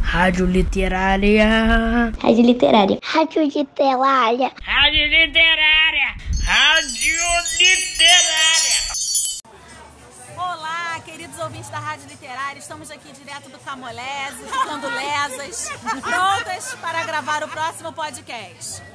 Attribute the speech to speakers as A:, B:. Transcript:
A: Rádio Literária.
B: Rádio Literária. Rádio Literária.
A: Rádio Literária. Rádio Literária.
C: Olá, queridos ouvintes da Rádio Literária, estamos aqui direto do Camolese, do Candulesas, prontas para gravar o próximo podcast.